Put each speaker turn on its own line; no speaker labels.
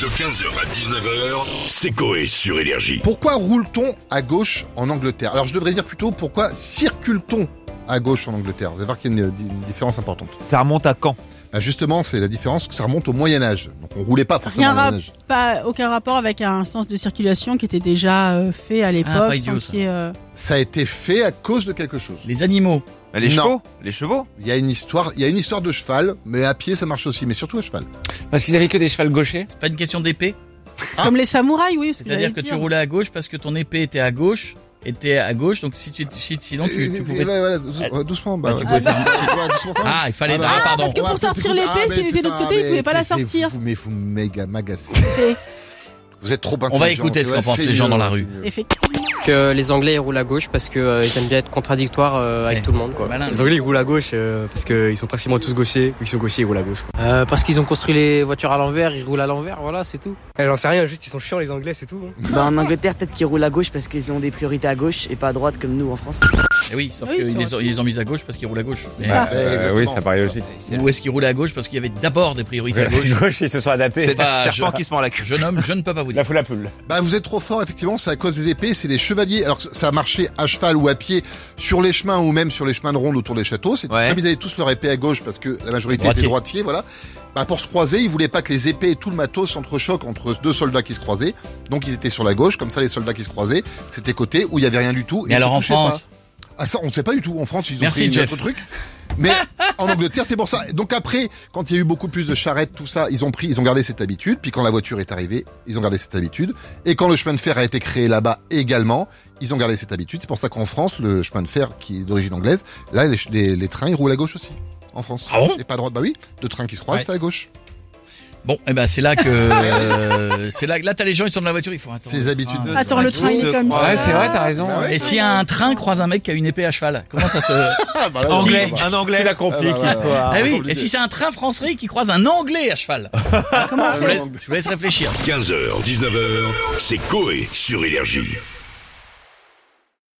De 15h à 19h, c'est Coé sur Énergie.
Pourquoi roule-t-on à gauche en Angleterre Alors je devrais dire plutôt pourquoi circule-t-on à gauche en Angleterre Vous allez voir qu'il y a une, une différence importante.
Ça remonte à quand
Bah, justement, c'est la différence que ça remonte au Moyen Âge. Donc on roulait pas forcément
Rien
au Moyen
rap-
Âge.
pas aucun rapport avec un sens de circulation qui était déjà euh, fait à l'époque.
Ah, pas idiot,
sans qu'il y ait, euh,
Ça a été fait à cause de quelque chose.
Les animaux.
Bah, Les
Non.
chevaux Les chevaux
Il y a une histoire, il y a une histoire de cheval, mais à pied ça marche aussi, mais surtout à cheval.
Parce qu'ils avaient que des chevals gauchers.
C'est pas une question d'épée.
Ah.
Comme les samouraïs, oui. ce que
C'est-à-dire
j'allais
que tu
dire.
roulais à gauche parce que ton épée était à gauche, était à gauche, donc si tu, si- sinon tu,
Et-
tu
et-
pouvais.
ouais, voilà, douce- ouais, doucement, bah,
Ah. tu
ouais.
pouvais faire
Ouais, doucement quand même.
Ah, il fallait.
bah,
ah, pardon.
parce que
Ouais,
pour
mais
sortir
écoute,
l'épée,
ah,
s'il
mais
était de l'autre
putain,
côté, il
mais
pouvait pas la
qu'est-ce que
sortir.
Vous, mais vous méga m'agacez.
Fait-
Vous êtes trop intelligent.
On va écouter ce qu'en pensent les gens dans
hein,
la rue.
et fait-
que les Anglais ils roulent à gauche parce que euh, ils aiment bien être contradictoires euh,
Ouais.
avec tout le monde. Quoi.
Malin.
Les Anglais ils roulent à gauche euh, parce qu'ils sont pratiquement tous gauchers. Vu qu'ils sont gauchers, ils roulent à gauche. quoi.
Euh, parce qu'ils ont construit les voitures à l'envers, ils roulent à l'envers, voilà, c'est tout.
Eh, J'en sais rien, juste ils sont chiants les Anglais, c'est tout. hein.
Bah en Angleterre peut-être qu'ils roulent à gauche parce qu'ils ont des priorités à gauche et pas à droite comme nous en France.
Eh oui, sauf
Oui,
qu'ils
c'est
les,
vrai.
ont- ils les ont mis à gauche parce qu'ils roulent à gauche.
C'est ça.
Euh, oui, ça paraît logique.
Ou est-ce qu'ils roulaient à gauche parce qu'il y avait d'abord des priorités à gauche
C'est le
Bah,
serpent
je-
qui se mord la queue.
Jeune homme, je ne peux pas vous dire.
Bah vous êtes trop fort effectivement, c'est à cause des épées, c'est les chevaliers. Alors ça marchait à cheval ou à pied sur les chemins ou même sur les chemins de ronde autour des châteaux. C'était
Ouais.
comme ils avaient tous leur épée à gauche parce que la majorité
Droitier.
était droitier, voilà. Bah pour se croiser, ils voulaient pas que les épées et tout le matos s'entrechoquent entre deux soldats qui se croisaient. Donc ils étaient sur la gauche, comme ça les soldats qui se croisaient, c'était côté où il y avait rien du tout. ils
Mais
se
alors en
touchaient
France,
pas. Ah ça on sait pas du tout. En France ils ont
Merci,
pris un
Jeff.
autre truc. Mais en Angleterre, c'est pour ça. Donc après, quand il y a eu beaucoup plus de charrettes, tout ça, ils ont pris, ils ont gardé cette habitude. Puis quand la voiture est arrivée, ils ont gardé cette habitude. Et quand le chemin de fer a été créé là-bas également, ils ont gardé cette habitude. C'est pour ça qu'en France, le chemin de fer qui est d'origine anglaise, là, les, les- les trains, ils roulent à gauche aussi. En France.
Ah bon
Et pas à droite. Bah oui, deux trains qui se croisent,
Ouais.
c'est à gauche.
Bon, eh ben c'est là que euh, c'est là. Là, t'as les gens, ils sont dans la voiture, ils font. attends,
Ces
le
habitudes
train.
de-
Ah. Attends, le train, il est comme ça.
Ouais, c'est vrai, t'as raison.
Bah
Ah ouais.
Et si un train croise un mec qui a une épée à cheval, comment ça se
Ah, bah là, oui, bah,
un anglais. la
ah, bah, bah, bah,
Ah oui,
compliqué.
et si c'est un train français qui croise un Anglais à cheval
Ah,
je vous, laisse,
non,
je vous laisse réfléchir.
15h, 19h, c'est Coé sur Énergie.